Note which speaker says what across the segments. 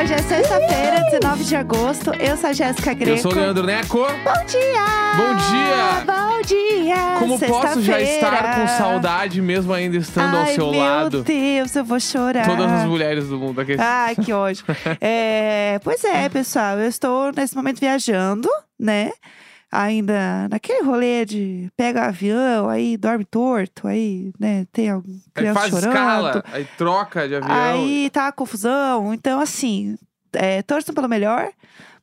Speaker 1: Hoje é sexta-feira, 19 de agosto. Eu sou a Jéssica Greco.
Speaker 2: Eu sou o Leandro Neco.
Speaker 1: Bom dia!
Speaker 2: Bom dia!
Speaker 1: Bom dia!
Speaker 2: Como posso já estar com
Speaker 1: sexta-feira.
Speaker 2: saudade mesmo ainda estando ao
Speaker 1: Ai,
Speaker 2: seu
Speaker 1: meu
Speaker 2: lado?
Speaker 1: Deus, eu vou chorar.
Speaker 2: Todas as mulheres do mundo aqui.
Speaker 1: Ai, que ódio. É, pois é, pessoal, eu estou nesse momento viajando, né? Ainda naquele rolê de pega avião, aí dorme torto, aí, né, tem algum
Speaker 2: aí
Speaker 1: criança
Speaker 2: faz
Speaker 1: chorando.
Speaker 2: escala, aí troca de avião.
Speaker 1: Aí tá a confusão. Então, assim, é, torçam pelo melhor,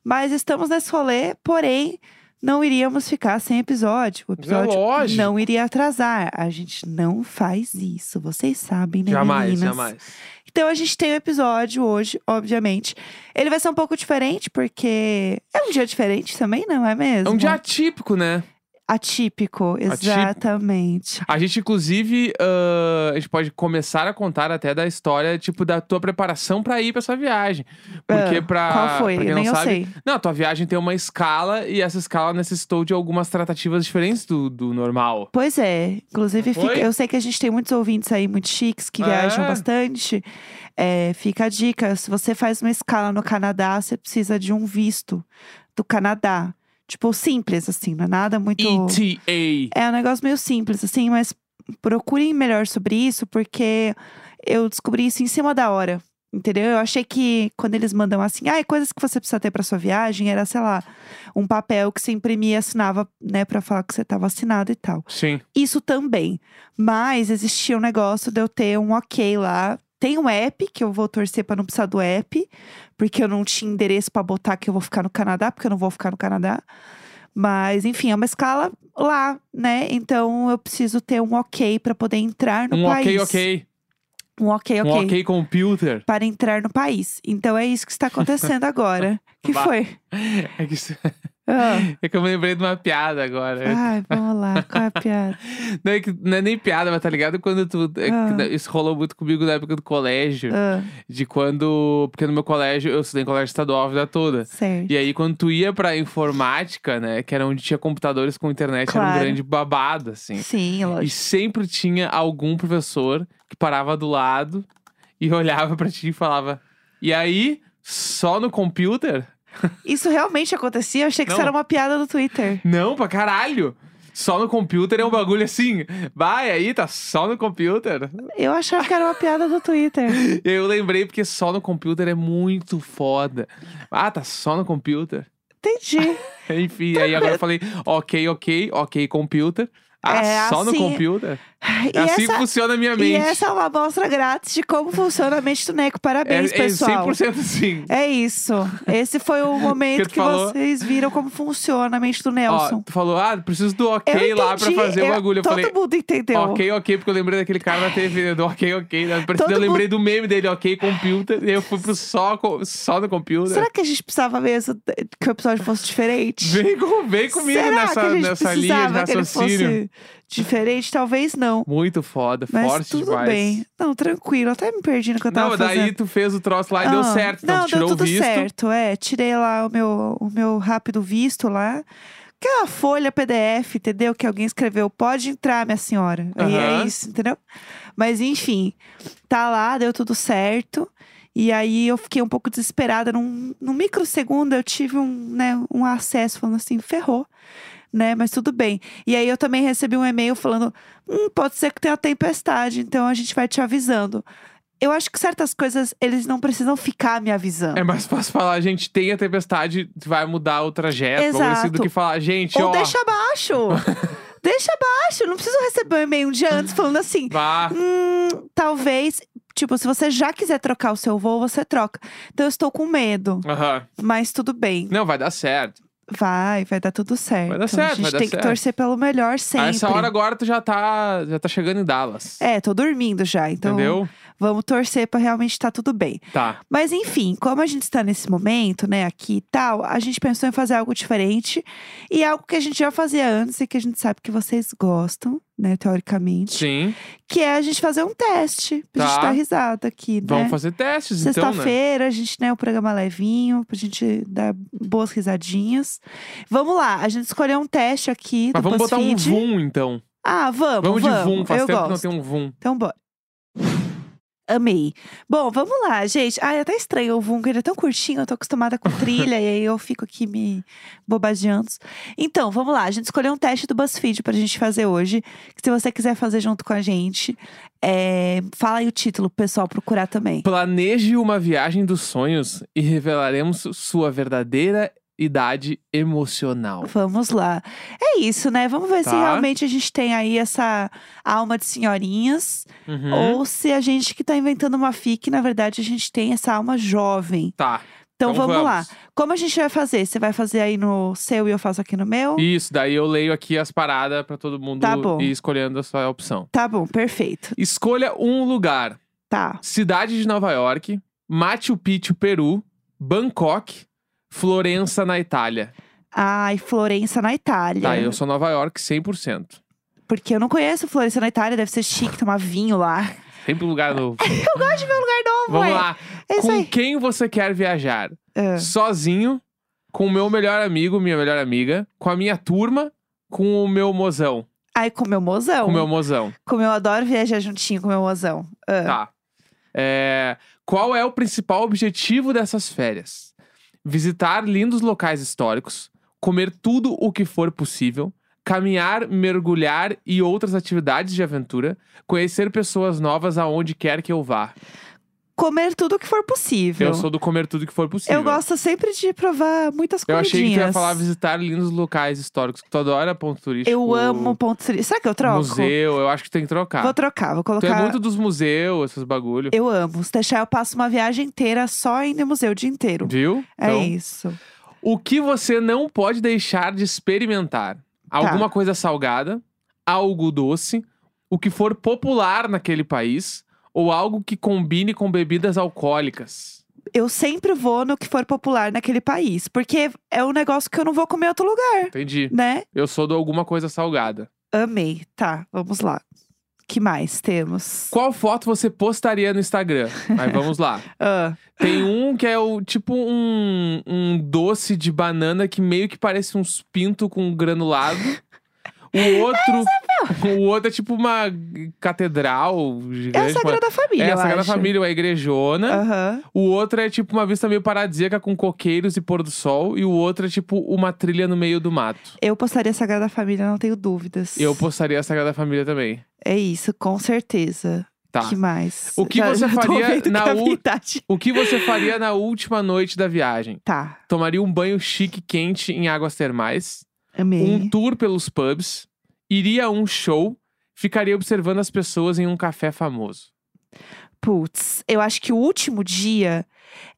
Speaker 1: mas estamos nesse rolê, porém, não iríamos ficar sem episódio. O episódio
Speaker 2: lógico.
Speaker 1: não iria atrasar. A gente não faz isso. Vocês sabem, né,
Speaker 2: jamais,
Speaker 1: meninas?
Speaker 2: jamais.
Speaker 1: Então a gente tem o episódio hoje, obviamente. Ele vai ser um pouco diferente, porque é um dia diferente também, não é mesmo?
Speaker 2: É um dia atípico, né?
Speaker 1: atípico, exatamente.
Speaker 2: A gente, inclusive, ah, a gente pode começar a contar até da história, tipo, da tua preparação pra ir pra essa viagem. Porque
Speaker 1: Ah,
Speaker 2: pra.
Speaker 1: Qual foi?
Speaker 2: pra quem
Speaker 1: Nem
Speaker 2: não
Speaker 1: eu
Speaker 2: sabe,
Speaker 1: sei.
Speaker 2: Não, a tua viagem tem uma escala e essa escala necessitou de algumas tratativas diferentes do, do normal.
Speaker 1: Pois é, inclusive
Speaker 2: Não foi?
Speaker 1: fica- eu sei que a gente tem muitos ouvintes aí muito chiques que
Speaker 2: É.
Speaker 1: viajam bastante. É, fica a dica, se você faz uma escala no Canadá, você precisa de um visto do Canadá. Tipo, simples assim, não é nada muito
Speaker 2: ETA.
Speaker 1: É um negócio meio simples, assim, mas procurem melhor sobre isso, porque eu descobri isso em cima da hora. Entendeu? Eu achei que quando eles mandam assim, ah, coisas que você precisa ter pra sua viagem, era, sei lá, um papel que você imprimia e assinava, né, pra falar que você tá vacinado e tal.
Speaker 2: Sim.
Speaker 1: Isso também. Mas existia um negócio de eu ter um ok lá. Tem um app, que eu vou torcer pra não precisar do app, porque eu não tinha endereço pra botar que eu vou ficar no Canadá, porque eu não vou ficar no Canadá. Mas, enfim, é uma escala lá, né? Então eu preciso ter um ok pra poder entrar no
Speaker 2: Um
Speaker 1: país.
Speaker 2: ok, ok.
Speaker 1: Um ok, ok.
Speaker 2: Um ok computer.
Speaker 1: Para entrar no país. Então é isso que está acontecendo agora. que
Speaker 2: Bah.
Speaker 1: foi?
Speaker 2: É que, isso-
Speaker 1: Ah.
Speaker 2: é que eu me lembrei de uma piada agora.
Speaker 1: Ai, vamos lá, qual é a piada?
Speaker 2: Não é, que- não é nem piada, mas tá ligado? Quando tu. é que
Speaker 1: Ah.
Speaker 2: Isso rolou muito comigo na época do colégio.
Speaker 1: Ah,
Speaker 2: De quando. Porque no meu colégio, eu estudei em colégio estadual a vida toda.
Speaker 1: certo.
Speaker 2: E aí, quando tu ia pra informática, né? Que era onde tinha computadores com internet, era
Speaker 1: Claro.
Speaker 2: um grande babado, assim.
Speaker 1: Sim, lógico.
Speaker 2: E sempre tinha algum professor que parava do lado e olhava pra ti e falava: E aí, só no computer?
Speaker 1: Isso realmente acontecia? Eu achei que
Speaker 2: Não.
Speaker 1: isso era uma piada do Twitter.
Speaker 2: Não, pra caralho! Só no computer é um bagulho assim. Vai aí, tá só no computer.
Speaker 1: Eu achava que era uma piada do Twitter.
Speaker 2: Eu lembrei porque só no computer é muito foda. Ah, tá só no computer.
Speaker 1: Entendi.
Speaker 2: Enfim,
Speaker 1: Tá
Speaker 2: aí agora eu falei, ok, ok, ok, computer. Ah,
Speaker 1: É
Speaker 2: só no
Speaker 1: assim-
Speaker 2: computer?
Speaker 1: E,
Speaker 2: É assim que
Speaker 1: essa,
Speaker 2: funciona a minha
Speaker 1: e
Speaker 2: mente.
Speaker 1: essa é uma amostra grátis de como funciona a mente do Neco.
Speaker 2: é,
Speaker 1: Parabéns,
Speaker 2: é
Speaker 1: pessoal.
Speaker 2: 100% assim.
Speaker 1: É isso. Esse foi o
Speaker 2: Que
Speaker 1: momento
Speaker 2: tu
Speaker 1: que,
Speaker 2: falou?
Speaker 1: vocês viram como funciona a mente do
Speaker 2: Ó,
Speaker 1: Nelson.
Speaker 2: tu falou, ah, preciso do ok
Speaker 1: é um eu entendi.
Speaker 2: lá pra fazer
Speaker 1: eu-
Speaker 2: o bagulho. Eu
Speaker 1: Todo
Speaker 2: falei,
Speaker 1: mundo entendeu.
Speaker 2: ok, ok, porque eu lembrei daquele cara da TV, do ok, ok. né? Parecia-
Speaker 1: Todo
Speaker 2: eu lembrei do meme dele, ok, computer. E eu fui pro só, co- só no computer.
Speaker 1: Será que a gente precisava mesmo que o episódio fosse diferente?
Speaker 2: Vem, com, vem comigo
Speaker 1: Será que a
Speaker 2: nessa,
Speaker 1: gente
Speaker 2: nessa linha de
Speaker 1: precisava que ele
Speaker 2: raciocínio.
Speaker 1: fosse diferente? Talvez não.
Speaker 2: Muito foda,
Speaker 1: Mas
Speaker 2: forte
Speaker 1: tudo
Speaker 2: demais.
Speaker 1: bem. Não, tranquilo. Até me perdi no que eu tava
Speaker 2: Não,
Speaker 1: fazendo.
Speaker 2: daí tu fez o troço lá e deu
Speaker 1: Ah,
Speaker 2: certo. Então
Speaker 1: não,
Speaker 2: tu tirou
Speaker 1: deu tudo
Speaker 2: o visto.
Speaker 1: certo. É, tirei lá o meu, o meu rápido visto lá. Aquela folha PDF, entendeu? Que alguém escreveu, pode entrar, minha senhora. Aí é
Speaker 2: Aham.
Speaker 1: isso, entendeu? Mas enfim, tá lá, deu tudo certo. E aí eu fiquei um pouco desesperada. Num, num microsegundo eu tive um, né, um acesso falando assim, ferrou. Né, mas tudo bem. E aí eu também recebi um e-mail falando: hum, pode ser que tenha tempestade, então a gente vai te avisando. Eu acho que certas coisas eles não precisam ficar me avisando.
Speaker 2: É mais fácil falar, gente, tem a tempestade, vai mudar o trajeto,
Speaker 1: Exato.
Speaker 2: algo assim, do que falar, gente,
Speaker 1: Ou
Speaker 2: ó,
Speaker 1: deixa abaixo! deixa abaixo! Não preciso receber um e-mail um dia antes falando assim.
Speaker 2: vá.
Speaker 1: Hum, talvez. Tipo, se você já quiser trocar o seu voo, você troca. Então eu estou com medo,
Speaker 2: Aham.
Speaker 1: mas tudo bem.
Speaker 2: Não, vai dar certo.
Speaker 1: Vai, vai dar tudo certo.
Speaker 2: dar certo,
Speaker 1: A gente
Speaker 2: vai dar
Speaker 1: tem
Speaker 2: certo.
Speaker 1: que torcer pelo melhor
Speaker 2: A
Speaker 1: sempre.
Speaker 2: essa hora agora tu já tá, já tá chegando em Dallas.
Speaker 1: É, tô dormindo já, então
Speaker 2: Entendeu?
Speaker 1: vamos torcer pra realmente estar tudo bem.
Speaker 2: Tá.
Speaker 1: Mas enfim, como a gente está nesse momento, né, aqui e tal, a gente pensou em fazer algo diferente e algo que a gente já fazia antes e que a gente sabe que vocês gostam, né, teoricamente,
Speaker 2: Sim.
Speaker 1: que é a gente fazer um teste pra
Speaker 2: Tá.
Speaker 1: gente dar risada aqui,
Speaker 2: Vamos
Speaker 1: né?
Speaker 2: fazer testes, então, né?
Speaker 1: Sexta-feira, a gente, né, o programa levinho, pra gente dar boas risadinhas. Vamos lá, a gente escolheu um teste aqui
Speaker 2: Mas
Speaker 1: do
Speaker 2: vamos botar um
Speaker 1: BuzzFeed.
Speaker 2: vum, então.
Speaker 1: Ah, vamos, vamos.
Speaker 2: Vamos, de um vum, faz
Speaker 1: Eu
Speaker 2: tempo
Speaker 1: gosto.
Speaker 2: que não tem um vum.
Speaker 1: Então bora. Então, Amei. Bom, vamos lá, gente. Ai, até estranho o Vunga, ele é tão curtinho, eu tô acostumada com trilha, e aí eu fico aqui me bobageando. Então, vamos lá. A gente escolheu um teste do BuzzFeed pra gente fazer hoje. Que se você quiser fazer junto com a gente, é, fala aí o título pro pessoal procurar também.
Speaker 2: Planeje uma viagem dos sonhos e revelaremos sua verdadeira idade emocional.
Speaker 1: Vamos lá. É isso, né? Vamos ver se
Speaker 2: Tá.
Speaker 1: realmente a gente tem aí essa alma de senhorinhas.
Speaker 2: Uhum.
Speaker 1: Ou se a gente que tá inventando uma fic, na verdade, a gente tem essa alma jovem.
Speaker 2: Tá.
Speaker 1: Então,
Speaker 2: Então
Speaker 1: vamos,
Speaker 2: vamos.
Speaker 1: lá. Como a gente vai fazer? Você vai fazer aí no seu e eu faço aqui no meu?
Speaker 2: Isso, daí eu leio aqui as paradas pra todo mundo
Speaker 1: Tá bom.
Speaker 2: ir escolhendo a sua opção.
Speaker 1: Tá bom, perfeito.
Speaker 2: Escolha um lugar:
Speaker 1: Tá.
Speaker 2: cidade de Nova York, Machu Picchu, Peru, Bangkok, Florença, na Itália.
Speaker 1: Ai, Florença na Itália.
Speaker 2: Tá, eu sou Nova York 100%.
Speaker 1: Porque eu não conheço Florença na Itália, deve ser chique tomar vinho lá.
Speaker 2: Sempre lugar novo.
Speaker 1: Lugar novo,
Speaker 2: Vamos
Speaker 1: é.
Speaker 2: lá.
Speaker 1: É isso
Speaker 2: Com
Speaker 1: aí.
Speaker 2: quem você quer viajar?
Speaker 1: Ah.
Speaker 2: Sozinho, com o meu melhor amigo, minha melhor amiga, com a minha turma, com o meu mozão.
Speaker 1: Ai, com meu mozão.
Speaker 2: Com o meu mozão.
Speaker 1: Como eu adoro viajar juntinho com meu mozão. Ah.
Speaker 2: Tá. É, qual é o principal objetivo dessas férias? Visitar lindos locais históricos, comer tudo o que for possível, caminhar, mergulhar e outras atividades de aventura, conhecer pessoas novas aonde quer que eu vá.
Speaker 1: Comer tudo o que for possível.
Speaker 2: Eu sou do comer tudo que for possível.
Speaker 1: Eu gosto sempre de provar muitas
Speaker 2: Eu
Speaker 1: comidinhas.
Speaker 2: achei que tu ia falar visitar lindos locais históricos, que tu adora ponto turístico.
Speaker 1: Eu amo ponto turístico. Será que eu troco?
Speaker 2: tipo, Museu, eu acho que tem que trocar.
Speaker 1: Vou trocar, vou
Speaker 2: tu
Speaker 1: colocar.
Speaker 2: é muito dos museus, esses bagulho.
Speaker 1: Eu amo. Se deixar, eu passo uma viagem inteira só indo em museu o dia inteiro.
Speaker 2: Viu?
Speaker 1: É
Speaker 2: então,
Speaker 1: isso.
Speaker 2: O que você não pode deixar de
Speaker 1: Tá.
Speaker 2: experimentar? Alguma coisa salgada, algo doce, o que for popular naquele país ou algo que combine com bebidas alcoólicas.
Speaker 1: Eu sempre vou no que for popular naquele país, porque é um negócio que eu não vou comer em outro lugar,
Speaker 2: Entendi.
Speaker 1: né?
Speaker 2: Eu sou do alguma coisa salgada.
Speaker 1: Amei. Tá, vamos lá. Que mais temos?
Speaker 2: Qual foto você postaria no Instagram? Aí vamos lá.
Speaker 1: Ah,
Speaker 2: Tem um que é o tipo um, um doce de banana que meio que parece uns pinto com granulado.
Speaker 1: É
Speaker 2: O outro, o outro é tipo uma catedral
Speaker 1: é a
Speaker 2: gigante. uma-
Speaker 1: Sagrada da Família,
Speaker 2: É,
Speaker 1: eu
Speaker 2: a Sagrada
Speaker 1: acho. Ah.
Speaker 2: Família, né? uma igrejona.
Speaker 1: Aham.
Speaker 2: O outro é tipo uma vista meio paradisíaca com coqueiros e pôr do sol. E o outro é tipo uma trilha no meio do mato.
Speaker 1: Eu postaria a Sagrada Família, não tenho dúvidas.
Speaker 2: Eu postaria a Sagrada Família também.
Speaker 1: É isso, com certeza.
Speaker 2: Tá.
Speaker 1: Que mais?
Speaker 2: O que
Speaker 1: Já-
Speaker 2: você
Speaker 1: já tô
Speaker 2: faria
Speaker 1: vendo
Speaker 2: na
Speaker 1: que a
Speaker 2: u-
Speaker 1: minha idade-
Speaker 2: O que você faria na última noite da viagem?
Speaker 1: Tá,
Speaker 2: Tomaria um banho chique quente em águas termais,
Speaker 1: amei.
Speaker 2: um tour pelos pubs, iria a um show, ficaria observando as pessoas em um café famoso.
Speaker 1: Putz, eu acho que o último dia,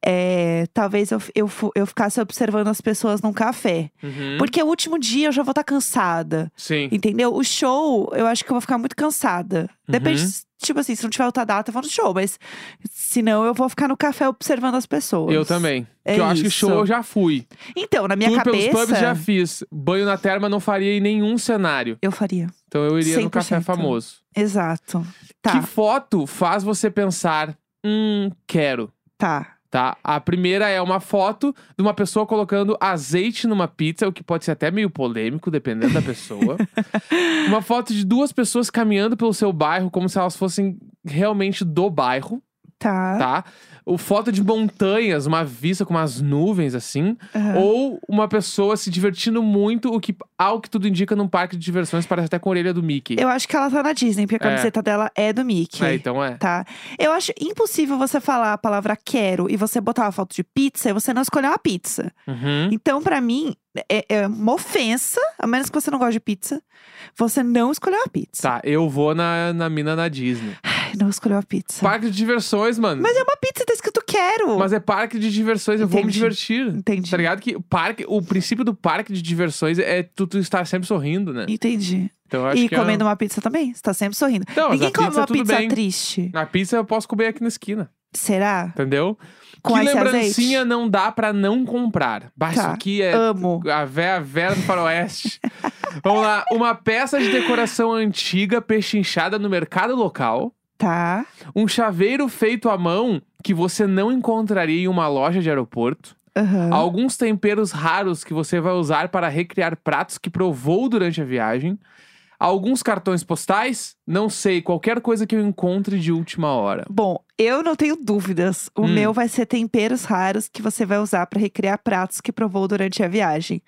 Speaker 1: é, talvez eu, f- eu, fu- eu ficasse observando as pessoas num café.
Speaker 2: Uhum.
Speaker 1: Porque o último dia eu já vou estar cansada,
Speaker 2: Sim.
Speaker 1: entendeu? O show, eu acho que eu vou ficar muito cansada. Depende,
Speaker 2: Uhum.
Speaker 1: se- tipo assim, se não tiver outra data, eu vou no show. Mas se não, eu vou ficar no café observando as pessoas.
Speaker 2: Eu também.
Speaker 1: É
Speaker 2: Porque eu acho que
Speaker 1: isso.
Speaker 2: show eu já fui.
Speaker 1: Então, na minha
Speaker 2: tour
Speaker 1: cabeça,
Speaker 2: pelos pubs já fiz. Banho na terma não faria em nenhum cenário.
Speaker 1: eu faria.
Speaker 2: Então eu iria no
Speaker 1: 100%.
Speaker 2: café famoso.
Speaker 1: Exato. Tá,
Speaker 2: Que foto faz você pensar, hum, quero,
Speaker 1: tá.
Speaker 2: tá? A primeira é uma foto de uma pessoa colocando azeite numa pizza, o que pode ser até meio polêmico, dependendo da pessoa. uma foto de duas pessoas caminhando pelo seu bairro, como se elas fossem realmente do bairro,
Speaker 1: Tá.
Speaker 2: tá? O foto de montanhas, uma vista com umas nuvens assim,
Speaker 1: aham.
Speaker 2: ou uma pessoa se divertindo muito, o que, ao que tudo indica, num parque de diversões, parece até com a orelha do Mickey.
Speaker 1: Eu acho que ela tá na Disney, porque a
Speaker 2: É.
Speaker 1: camiseta dela é do Mickey.
Speaker 2: É, então é.
Speaker 1: Tá? Eu acho impossível você falar a palavra quero e você botar uma foto de pizza e você não escolher uma pizza.
Speaker 2: Uhum.
Speaker 1: Então, pra mim, é, é uma ofensa, a menos que você não goste de pizza, você não escolher uma pizza.
Speaker 2: Tá, eu vou na, na mina na Disney.
Speaker 1: Ai, não escolheu uma pizza.
Speaker 2: Parque de diversões, mano.
Speaker 1: Mas é uma pizza, tá escrito quero.
Speaker 2: Mas é parque de diversões, eu vou me
Speaker 1: Entendi.
Speaker 2: divertir.
Speaker 1: Entendi.
Speaker 2: Tá ligado? Que o parque, o princípio do parque de diversões é tu, tu estar sempre sorrindo, né?
Speaker 1: Entendi.
Speaker 2: Então eu acho
Speaker 1: E
Speaker 2: que
Speaker 1: comendo
Speaker 2: é...
Speaker 1: uma pizza também? Você tá sempre sorrindo.
Speaker 2: Não, mas
Speaker 1: Ninguém
Speaker 2: a
Speaker 1: come
Speaker 2: pizza, é
Speaker 1: uma
Speaker 2: tudo
Speaker 1: pizza
Speaker 2: bem.
Speaker 1: triste.
Speaker 2: Na pizza eu posso comer aqui na esquina,
Speaker 1: Será?
Speaker 2: entendeu?
Speaker 1: Com
Speaker 2: Tá. que
Speaker 1: esse
Speaker 2: lembrancinha
Speaker 1: azeite?
Speaker 2: não dá pra não comprar. Bah, isso
Speaker 1: Tá. Ah.
Speaker 2: aqui é
Speaker 1: Amo.
Speaker 2: A véia Vera do Faroeste. Vamos lá. Uma peça de decoração antiga pechinchada no mercado local.
Speaker 1: Tá.
Speaker 2: Um chaveiro feito à mão que você não encontraria em uma loja de aeroporto.
Speaker 1: Aham.
Speaker 2: Alguns temperos raros que você vai usar para recriar pratos que provou durante a viagem. Alguns cartões postais, não sei, qualquer coisa que eu encontre de última hora.
Speaker 1: Bom, eu não tenho dúvidas. O
Speaker 2: Hum.
Speaker 1: meu vai ser temperos raros que você vai usar para recriar pratos que provou durante a viagem.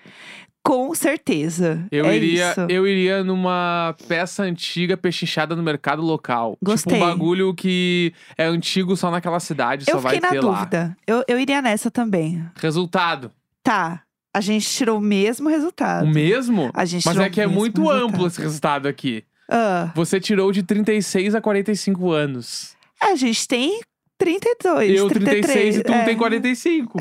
Speaker 1: Com certeza.
Speaker 2: Eu
Speaker 1: é
Speaker 2: iria,
Speaker 1: isso.
Speaker 2: eu iria numa peça antiga pechinchada no mercado local.
Speaker 1: Gostei.
Speaker 2: Tipo um bagulho que é antigo só naquela cidade,
Speaker 1: Eu
Speaker 2: só vai
Speaker 1: fiquei na
Speaker 2: ter lá.
Speaker 1: dúvida. Eu, eu iria nessa também.
Speaker 2: Resultado,
Speaker 1: Tá. A gente tirou o mesmo resultado.
Speaker 2: o mesmo?
Speaker 1: Tá A gente
Speaker 2: Mas
Speaker 1: tirou
Speaker 2: é que
Speaker 1: o
Speaker 2: é
Speaker 1: mesmo
Speaker 2: muito
Speaker 1: resultado.
Speaker 2: amplo esse resultado aqui.
Speaker 1: Ah,
Speaker 2: Você tirou de 36 a 45 anos.
Speaker 1: é, a gente tem 32.
Speaker 2: eu
Speaker 1: 33,
Speaker 2: 36 e tu
Speaker 1: é.
Speaker 2: tem 45.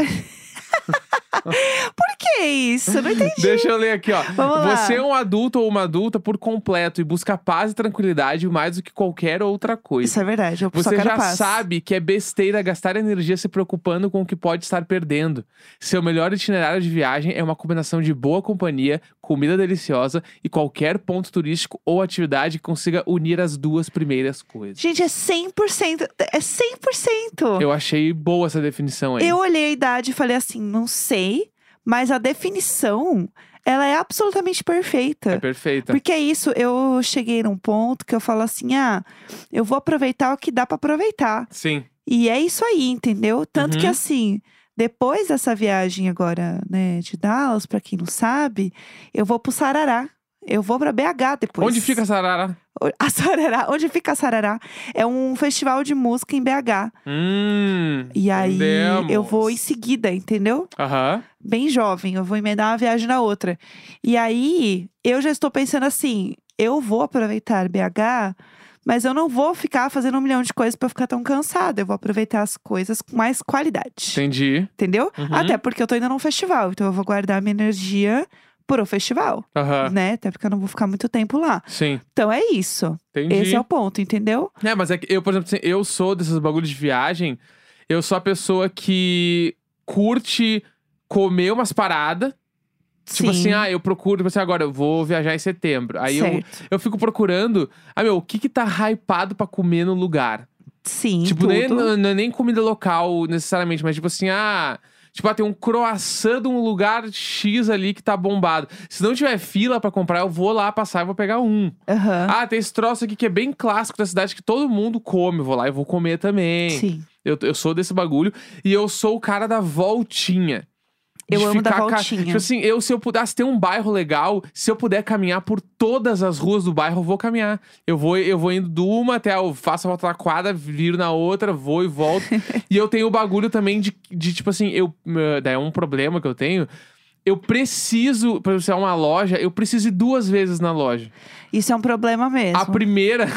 Speaker 1: Por que isso? Eu Não entendi.
Speaker 2: Deixa eu ler aqui, ó.
Speaker 1: Vamos lá.
Speaker 2: Você é um adulto ou uma adulta por completo e busca paz e tranquilidade mais do que qualquer outra coisa.
Speaker 1: Isso é verdade. Eu só
Speaker 2: Você
Speaker 1: quero
Speaker 2: já
Speaker 1: paz.
Speaker 2: sabe que é besteira gastar energia se preocupando com o que pode estar perdendo. Seu melhor itinerário de viagem é uma combinação de boa companhia, comida deliciosa e qualquer ponto turístico ou atividade que consiga unir as duas primeiras coisas.
Speaker 1: Gente, é 100%. É 100%.
Speaker 2: Eu achei boa essa definição aí.
Speaker 1: Tipo, Eu olhei a idade e falei assim, não sei, mas a definição, ela é absolutamente
Speaker 2: É
Speaker 1: perfeita.
Speaker 2: perfeita.
Speaker 1: Porque é isso, eu cheguei num ponto que eu falo assim, ah, eu vou aproveitar o que dá pra aproveitar.
Speaker 2: Sim.
Speaker 1: E é isso aí, entendeu? Tanto que
Speaker 2: Uhum.
Speaker 1: assim, depois dessa viagem agora, né, de Dallas, pra quem não sabe, eu vou pro Sarará. Eu vou pra BH depois.
Speaker 2: Onde fica Sarara?
Speaker 1: O- a Sarará? Onde fica a Sarará? É um festival de música em BH.
Speaker 2: Hum.
Speaker 1: E aí eu
Speaker 2: entendemos.
Speaker 1: vou em seguida, entendeu?
Speaker 2: Aham.
Speaker 1: bem jovem, eu vou emendar uma viagem na outra. E aí, eu já estou pensando assim, eu vou aproveitar BH, mas eu não vou ficar fazendo um milhão de coisas para ficar tão cansada. Eu vou aproveitar as coisas com mais qualidade,
Speaker 2: Entendi.
Speaker 1: entendeu?
Speaker 2: Uhum.
Speaker 1: Até porque eu tô indo num festival, então eu vou guardar minha energia pro festival,
Speaker 2: Aham.
Speaker 1: né? Até porque eu não vou ficar muito tempo lá.
Speaker 2: Sim.
Speaker 1: Então é isso.
Speaker 2: Entendi.
Speaker 1: Esse é o ponto, entendeu?
Speaker 2: É, mas é que eu, por exemplo, assim, eu sou desses bagulhos de viagem. Eu sou a pessoa que curte comer umas paradas. Tipo
Speaker 1: Sim.
Speaker 2: assim, ah, eu procuro, tipo assim, agora eu vou viajar em setembro. Aí eu,
Speaker 1: certo.
Speaker 2: eu fico procurando, ah, meu, o que que tá hypado pra comer no lugar?
Speaker 1: Sim,
Speaker 2: tipo, nem,
Speaker 1: tudo.
Speaker 2: não é nem comida local necessariamente, mas tipo assim, ah. Tipo, ah, tem um croissant de um lugar X ali que tá bombado. Se não tiver fila pra comprar, eu vou lá passar e vou pegar um.
Speaker 1: Aham.
Speaker 2: Ah, tem esse troço aqui que é bem clássico da cidade que todo mundo come. Eu Vou lá e vou comer também.
Speaker 1: Sim.
Speaker 2: Eu, eu sou desse bagulho. E eu sou o cara da voltinha.
Speaker 1: Eu
Speaker 2: De
Speaker 1: amo dar
Speaker 2: ficar ca-
Speaker 1: voltinha.
Speaker 2: Tipo assim, eu, se eu pudesse ter um bairro legal, se eu puder caminhar por todas as ruas do bairro, eu vou caminhar. Eu vou, eu vou indo de uma até eu faço a volta na quadra, viro na outra, vou e volto. e eu tenho o bagulho também de, de tipo assim, eu. eh, Daí é um problema que eu tenho. Eu preciso, pra você é uma loja, eu preciso ir duas vezes na loja.
Speaker 1: Isso é um problema mesmo.
Speaker 2: A primeira.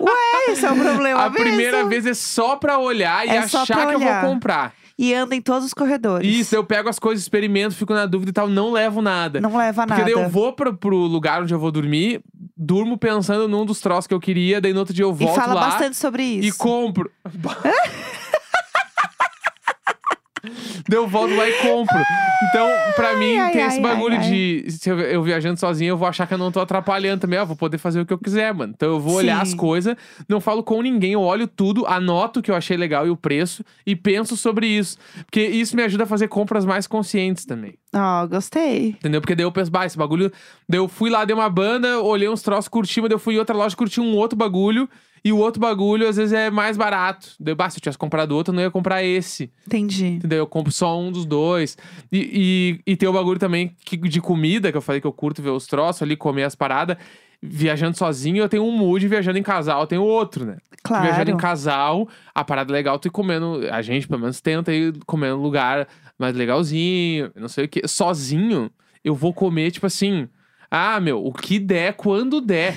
Speaker 1: Ué, isso é um problema
Speaker 2: A
Speaker 1: mesmo.
Speaker 2: primeira vez é só pra olhar e
Speaker 1: É só
Speaker 2: achar
Speaker 1: pra
Speaker 2: que eu vou
Speaker 1: olhar.
Speaker 2: comprar.
Speaker 1: E anda em todos os corredores.
Speaker 2: Isso, eu pego as coisas, experimento, fico na dúvida e tal, não levo nada.
Speaker 1: Não leva
Speaker 2: Porque
Speaker 1: nada.
Speaker 2: daí eu vou pro, pro lugar onde eu vou dormir, durmo pensando num dos troços que eu queria, daí no outro dia eu
Speaker 1: e
Speaker 2: volto
Speaker 1: fala
Speaker 2: lá
Speaker 1: bastante sobre isso.
Speaker 2: e compro. Daí eu volto lá e compro. Então, pra mim,
Speaker 1: ai,
Speaker 2: tem
Speaker 1: ai,
Speaker 2: esse bagulho
Speaker 1: ai, ai.
Speaker 2: de. Se eu, eu viajando sozinho, eu vou achar que eu não tô atrapalhando também. Ah, vou poder fazer o que eu quiser, mano. Então eu vou olhar as
Speaker 1: Sim.
Speaker 2: coisas, não falo com ninguém, eu olho tudo, anoto o que eu achei legal e o preço e penso sobre isso. Porque isso me ajuda a fazer compras mais conscientes também.
Speaker 1: Ó, gostei.
Speaker 2: Entendeu? Porque daí eu penso, bah, esse bagulho. Daí eu fui lá, dei uma banda, olhei uns troços, curti, mas daí eu fui em outra loja, curti um outro bagulho. E o outro bagulho, às vezes, é mais barato. Daí, bah, se eu tivesse comprado outro, eu não ia comprar esse.
Speaker 1: Entendi.
Speaker 2: Entendeu? Eu compro só um dos dois. E, e, e tem o bagulho também que- de comida, que eu falei que eu curto ver os troços ali, comer as paradas. Viajando sozinho, eu tenho um mood, viajando em casal, eu tenho outro, né?
Speaker 1: Claro.
Speaker 2: Viajando em casal, a parada é legal, tu ir comendo. A gente, pelo menos, tenta ir comendo um lugar mais legalzinho, não sei o quê. Sozinho, eu vou comer, tipo assim. Ah, meu, o que der, quando der.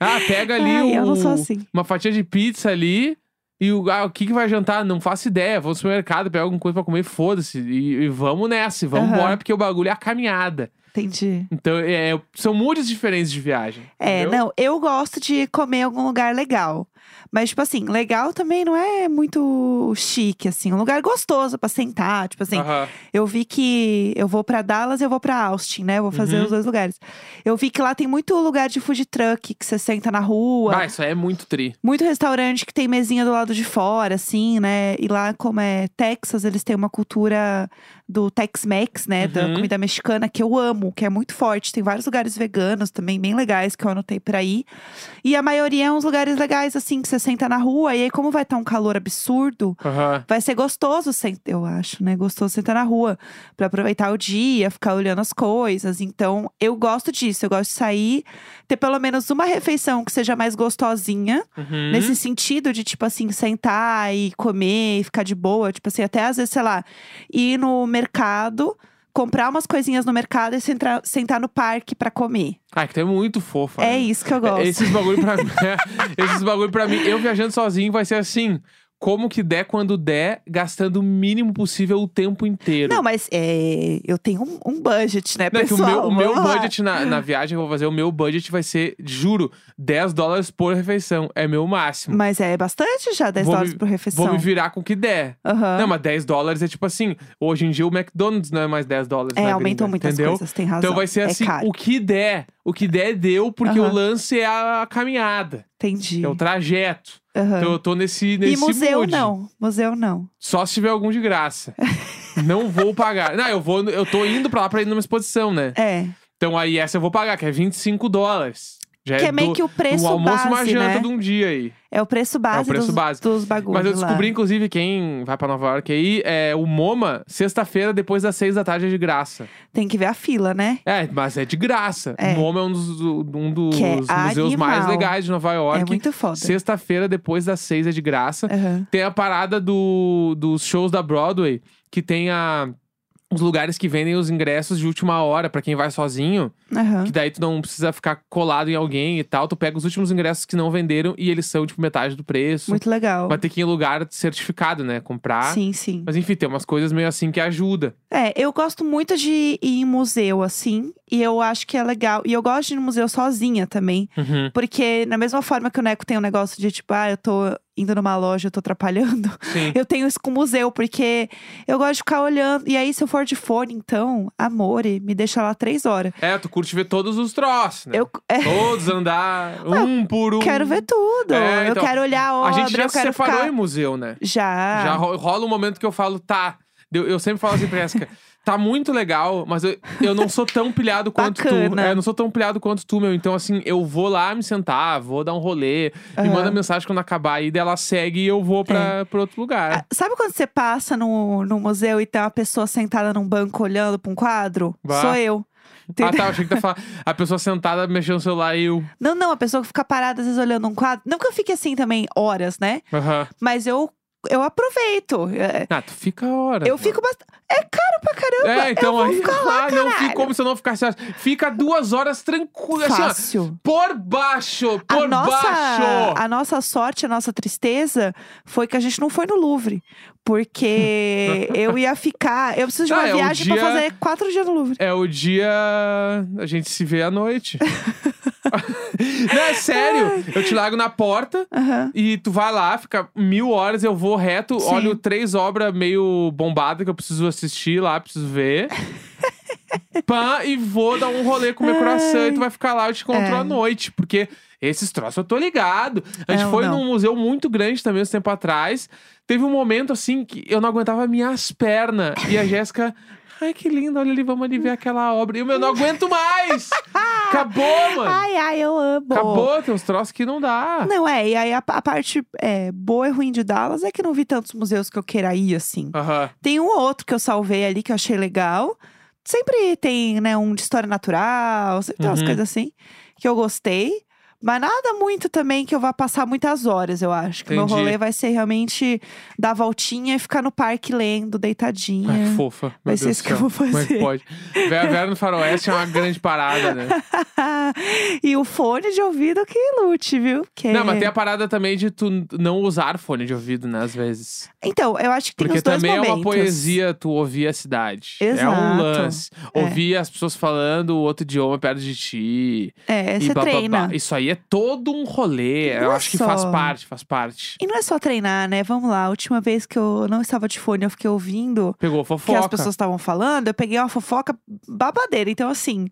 Speaker 2: ah, pega ali
Speaker 1: Ai,
Speaker 2: o,
Speaker 1: É, eu não sou assim.
Speaker 2: uma fatia de pizza ali. E o, ah, o que, que vai jantar? Não faço ideia. Vamos pro mercado, pegar alguma coisa pra comer, foda-se. E, e vamos nessa, e vamos
Speaker 1: Aham.
Speaker 2: embora, porque o bagulho é a caminhada.
Speaker 1: Entendi.
Speaker 2: Então, é, são moods diferentes de viagem.
Speaker 1: É,
Speaker 2: entendeu?
Speaker 1: não, eu gosto de comer em algum lugar legal. Mas, tipo assim, legal também não é muito chique, assim. Um lugar gostoso pra sentar, tipo assim.
Speaker 2: Aham.
Speaker 1: Eu vi que eu vou pra Dallas e eu vou pra Austin, né? Eu vou fazer
Speaker 2: Uhum.
Speaker 1: os dois lugares. Eu vi que lá tem muito lugar de food truck, que você senta na rua.
Speaker 2: Bah, isso aí é muito tri.
Speaker 1: Muito restaurante que tem mesinha do lado de fora, assim, né? E lá, como é Texas, eles têm uma cultura do Tex-Mex, né? Da
Speaker 2: Uhum.
Speaker 1: comida mexicana, que eu amo. como, que é muito forte. Tem vários lugares veganos também, bem legais, que eu anotei pra ir. E a maioria é uns lugares legais, assim, que você senta na rua. E aí, como vai estar um calor absurdo,
Speaker 2: Aham.
Speaker 1: Vai ser gostoso, sen- eu acho, né? Gostoso sentar na rua pra aproveitar o dia, ficar olhando as coisas. Então, eu gosto disso. Eu gosto de sair, ter pelo menos uma refeição que seja mais gostosinha,
Speaker 2: Uhum.
Speaker 1: nesse sentido de, tipo assim, sentar e comer e ficar de boa. Tipo assim, até às vezes, sei lá, ir no mercado, comprar umas coisinhas no mercado e sentar, sentar no parque pra comer.
Speaker 2: Ah, que tu é muito fofa.
Speaker 1: É
Speaker 2: né?
Speaker 1: isso que eu gosto.
Speaker 2: Esses bagulho pra mim. é, esses bagulho pra mim. Eu viajando sozinho vai ser assim. Como que der, quando der, gastando o mínimo possível o tempo inteiro.
Speaker 1: Não, mas é, eu tenho um, um budget, né,
Speaker 2: Não, é que o
Speaker 1: pessoal?
Speaker 2: meu, o meu
Speaker 1: Vamos lá.
Speaker 2: budget na, na viagem que eu vou fazer, o meu budget vai ser, juro, 10 dólares por refeição. É meu máximo.
Speaker 1: Mas é bastante já, 10
Speaker 2: Vou
Speaker 1: dólares
Speaker 2: me-
Speaker 1: por refeição.
Speaker 2: Vou me virar com o que der.
Speaker 1: Aham.
Speaker 2: Não, mas 10 dólares é tipo assim, hoje em dia o McDonald's não é mais 10 dólares.
Speaker 1: É,
Speaker 2: na
Speaker 1: aumentam
Speaker 2: gringa,
Speaker 1: muitas
Speaker 2: entendeu?
Speaker 1: coisas, tem razão.
Speaker 2: Então vai ser
Speaker 1: É
Speaker 2: assim,
Speaker 1: caro.
Speaker 2: o que der, o que der deu, porque
Speaker 1: Aham.
Speaker 2: o lance é a caminhada,
Speaker 1: Entendi.
Speaker 2: é o trajeto.
Speaker 1: Aham.
Speaker 2: Então eu tô nesse, nesse
Speaker 1: É. E museu
Speaker 2: mood.
Speaker 1: não, museu não.
Speaker 2: Só se tiver algum de graça. não vou pagar. Não, eu vou, no- eu tô indo pra lá pra ir numa exposição, né?
Speaker 1: É.
Speaker 2: Então aí essa eu vou pagar, que é 25 dólares. Já
Speaker 1: que é
Speaker 2: do-
Speaker 1: meio que o preço
Speaker 2: um almoço
Speaker 1: base,
Speaker 2: uma janta
Speaker 1: né?
Speaker 2: de um dia aí.
Speaker 1: É o preço base,
Speaker 2: preço
Speaker 1: dos,
Speaker 2: base.
Speaker 1: dos bagulhos
Speaker 2: Mas eu descobri,
Speaker 1: lá.
Speaker 2: inclusive, quem vai pra Nova York aí, é o MoMA, sexta-feira, depois das seis da tarde, é de graça.
Speaker 1: Tem que ver a fila, né?
Speaker 2: É, mas é de graça.
Speaker 1: É.
Speaker 2: O MoMA é um dos, um dos
Speaker 1: Que é
Speaker 2: museus mais
Speaker 1: animal.
Speaker 2: legais de Nova York.
Speaker 1: é muito foda.
Speaker 2: Sexta-feira, depois das seis, é de graça.
Speaker 1: Aham.
Speaker 2: Tem a parada do, dos shows da Broadway, que tem a... Os lugares que vendem os ingressos de última hora pra quem vai sozinho.
Speaker 1: Aham.
Speaker 2: Que daí tu não precisa ficar colado em alguém e tal. Tu pega os últimos ingressos que não venderam e eles são, tipo, metade do preço.
Speaker 1: Muito legal.
Speaker 2: Vai ter que ir em lugar certificado, né? Comprar.
Speaker 1: Sim, sim.
Speaker 2: Mas enfim, tem umas coisas meio assim que ajuda.
Speaker 1: É, eu gosto muito de ir em museu, assim. E eu acho que é legal. E eu gosto de ir no museu sozinha também.
Speaker 2: Uhum.
Speaker 1: Porque, na mesma forma que o Neco tem um negócio de tipo, ah, eu tô indo numa loja, eu tô atrapalhando.
Speaker 2: Sim.
Speaker 1: Eu tenho isso com o museu, porque eu gosto de ficar olhando. E aí, se eu for de fone, então, amore, me deixa lá três horas.
Speaker 2: É, tu curte ver todos os troços, né?
Speaker 1: Eu é,
Speaker 2: Todos andar, um por um.
Speaker 1: quero ver tudo.
Speaker 2: É, então,
Speaker 1: eu quero olhar a
Speaker 2: A
Speaker 1: obra,
Speaker 2: gente já
Speaker 1: eu
Speaker 2: se
Speaker 1: quero
Speaker 2: separou
Speaker 1: ficar...
Speaker 2: em museu, né?
Speaker 1: Já.
Speaker 2: Já ro- rola um momento que eu falo, tá. Eu, eu sempre falo assim pra Jéssica, tá muito legal, mas eu, eu não sou tão pilhado quanto tu.
Speaker 1: Bacana.
Speaker 2: É, eu não sou tão pilhado quanto tu, meu. Então, assim, eu vou lá me sentar, vou dar um rolê, me
Speaker 1: Aham.
Speaker 2: manda mensagem quando acabar aí, daí ela segue e eu vou pra, pra outro lugar.
Speaker 1: Ah, Sabe quando você passa no, no museu e tem uma pessoa sentada num banco olhando pra um quadro?
Speaker 2: Vá.
Speaker 1: Sou eu.
Speaker 2: Ah,
Speaker 1: Entendeu?
Speaker 2: tá, eu achei que tá falando. A pessoa sentada mexendo no celular e eu.
Speaker 1: Não, não, a pessoa que fica parada às vezes olhando um quadro. Não que eu fique assim também horas, né?
Speaker 2: Aham.
Speaker 1: Mas eu, eu aproveito. É,
Speaker 2: Ah, tu fica a hora.
Speaker 1: Eu fico bastante. É caro pra caramba.
Speaker 2: É, então
Speaker 1: eu
Speaker 2: aí.
Speaker 1: vou ficar
Speaker 2: ah,
Speaker 1: lá,
Speaker 2: não
Speaker 1: caralho.
Speaker 2: fica como se eu não ficasse. Fica duas horas tranquila. Assim, ó,
Speaker 1: Fácil.
Speaker 2: por baixo, por
Speaker 1: a nossa,
Speaker 2: baixo.
Speaker 1: A nossa sorte, a nossa tristeza foi que a gente não foi no Louvre. Porque eu ia ficar. Eu preciso de
Speaker 2: Ah,
Speaker 1: uma
Speaker 2: é, o
Speaker 1: viagem
Speaker 2: dia-
Speaker 1: pra fazer quatro dias no Louvre.
Speaker 2: É o dia. A gente se vê à noite. não, é sério. Eu te largo na porta.
Speaker 1: Aham.
Speaker 2: E tu vai lá, fica mil horas, eu vou reto,
Speaker 1: Sim.
Speaker 2: olho três obras meio bombadas que eu preciso assistir lá, preciso ver. Pã, e vou dar um rolê com meu coração e tu vai ficar lá, eu te encontro
Speaker 1: É.
Speaker 2: à noite, porque esses troços eu tô ligado. A gente
Speaker 1: Não,
Speaker 2: foi
Speaker 1: não.
Speaker 2: num museu muito grande também, uns tempo atrás. Teve um momento assim que eu não aguentava minhas pernas e a Jéssica. Ai, que lindo, olha ali, vamos ali ver aquela obra. E o meu, não aguento mais! Acabou, mano!
Speaker 1: Ai, ai, eu amo.
Speaker 2: Acabou, tem uns troços que não dá.
Speaker 1: Não, é, e aí a, a parte é, boa e ruim de Dallas é que eu não vi tantos museus que eu queira ir, assim.
Speaker 2: Aham.
Speaker 1: Tem um ou outro que eu salvei ali que eu achei legal. Sempre tem, né, um de história natural, sempre tem umas
Speaker 2: Uhum.
Speaker 1: coisas assim que eu gostei. Mas nada muito também que eu vá passar muitas horas, eu acho. Que o meu
Speaker 2: Entendi.
Speaker 1: rolê vai ser realmente dar voltinha e ficar no parque lendo, deitadinha.
Speaker 2: Ai, que fofa. Meu
Speaker 1: É. Vai ser
Speaker 2: Deus
Speaker 1: isso
Speaker 2: do
Speaker 1: que eu
Speaker 2: céu.
Speaker 1: vou fazer.
Speaker 2: Como é que pode? Vera, Vera no Faroeste é uma grande parada, né?
Speaker 1: e o fone de ouvido que lute, viu? Porque-
Speaker 2: Não, mas tem a parada também de tu não usar fone de ouvido, né? Às vezes.
Speaker 1: Então, eu acho que tem
Speaker 2: Porque
Speaker 1: os dois
Speaker 2: também é uma
Speaker 1: momentos.
Speaker 2: poesia tu ouvir a cidade. É um
Speaker 1: Exato.
Speaker 2: lance.
Speaker 1: É.
Speaker 2: Ouvir as pessoas falando outro idioma perto de ti.
Speaker 1: É,
Speaker 2: e
Speaker 1: você
Speaker 2: blá, blá,
Speaker 1: treina.
Speaker 2: blá. Isso aí é todo um rolê. eu
Speaker 1: Não é
Speaker 2: acho que faz
Speaker 1: só-
Speaker 2: parte, faz parte.
Speaker 1: E não é só treinar, né? Vamos lá, a última vez que eu não estava de fone, eu fiquei ouvindo
Speaker 2: Pegou
Speaker 1: o que
Speaker 2: fofoca.
Speaker 1: as pessoas estavam falando, eu peguei uma fofoca babadeira. Então, assim,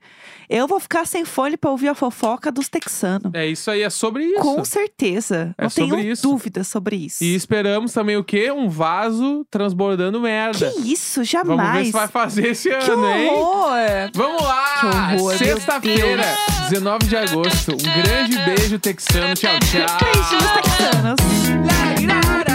Speaker 1: eu vou ficar sem fone pra ouvir a fofoca dos texanos.
Speaker 2: É isso aí, é sobre isso.
Speaker 1: Com certeza.
Speaker 2: É
Speaker 1: não tenho
Speaker 2: sobre isso.
Speaker 1: dúvida sobre isso.
Speaker 2: E esperamos também o quê? Um vaso transbordando
Speaker 1: Que
Speaker 2: merda.
Speaker 1: isso?
Speaker 2: Vamos ver
Speaker 1: Jamais.
Speaker 2: se vai fazer esse
Speaker 1: que
Speaker 2: ano, hein?
Speaker 1: horror!
Speaker 2: Vamos lá!
Speaker 1: Que horror, meu
Speaker 2: Sexta-feira,
Speaker 1: Deus.
Speaker 2: 19 de agosto. Um grande beijo, texano. Tchau, tchau.
Speaker 1: Beijinhos texanos.
Speaker 2: La, la, la.
Speaker 1: É